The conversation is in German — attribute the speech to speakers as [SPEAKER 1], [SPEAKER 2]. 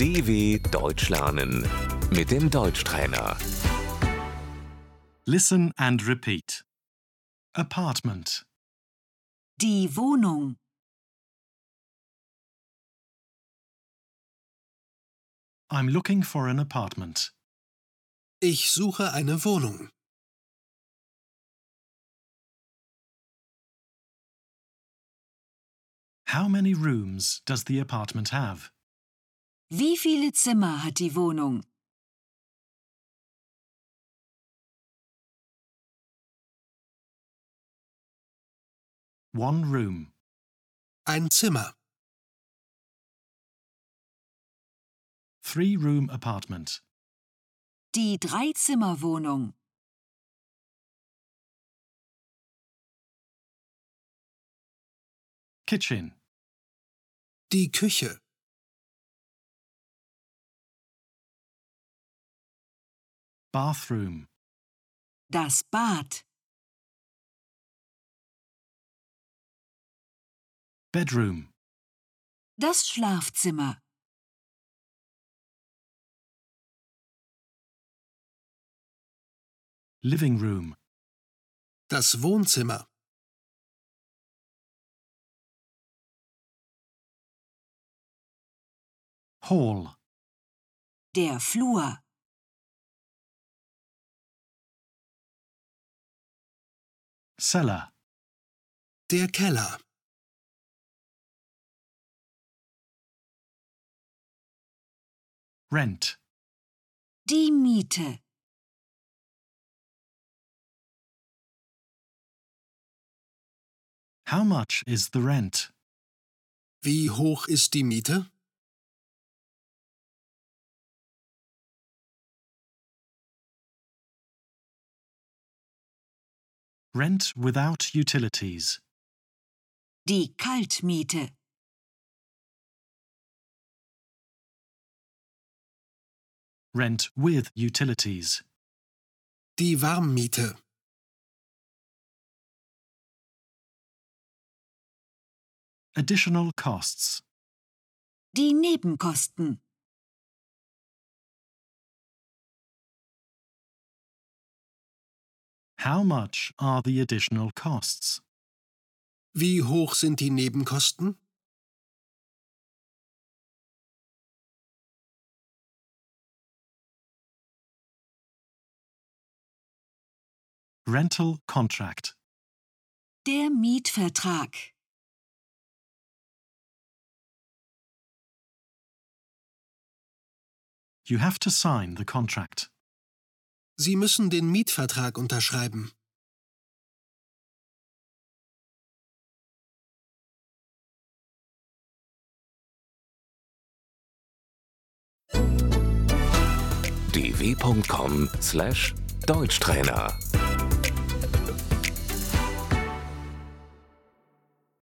[SPEAKER 1] DW Deutsch lernen mit dem Deutschtrainer.
[SPEAKER 2] Listen and repeat. Apartment.
[SPEAKER 3] Die Wohnung.
[SPEAKER 2] I'm looking for an apartment.
[SPEAKER 4] Ich suche eine Wohnung.
[SPEAKER 2] How many rooms does the apartment have?
[SPEAKER 3] Wie viele Zimmer hat die Wohnung?
[SPEAKER 2] One room.
[SPEAKER 4] Ein Zimmer.
[SPEAKER 2] Three room apartment.
[SPEAKER 3] Die Dreizimmerwohnung.
[SPEAKER 2] Kitchen.
[SPEAKER 4] Die Küche.
[SPEAKER 2] Bathroom.
[SPEAKER 3] Das Bad.
[SPEAKER 2] Bedroom.
[SPEAKER 3] Das Schlafzimmer.
[SPEAKER 2] Living room.
[SPEAKER 4] Das Wohnzimmer.
[SPEAKER 2] Hall.
[SPEAKER 3] Der Flur.
[SPEAKER 2] Cellar.
[SPEAKER 4] Der Keller.
[SPEAKER 2] Rent.
[SPEAKER 3] Die Miete.
[SPEAKER 2] How much is the rent?
[SPEAKER 4] Wie hoch ist die Miete?
[SPEAKER 2] Rent without utilities.
[SPEAKER 3] Die Kaltmiete.
[SPEAKER 2] Rent with utilities.
[SPEAKER 4] Die Warmmiete.
[SPEAKER 2] Additional costs.
[SPEAKER 3] Die Nebenkosten.
[SPEAKER 2] How much are the additional costs?
[SPEAKER 4] Wie hoch sind die Nebenkosten?
[SPEAKER 2] Rental contract.
[SPEAKER 3] Der Mietvertrag.
[SPEAKER 2] You have to sign the contract.
[SPEAKER 4] Sie müssen den Mietvertrag unterschreiben.
[SPEAKER 1] dw.com/deutschtrainer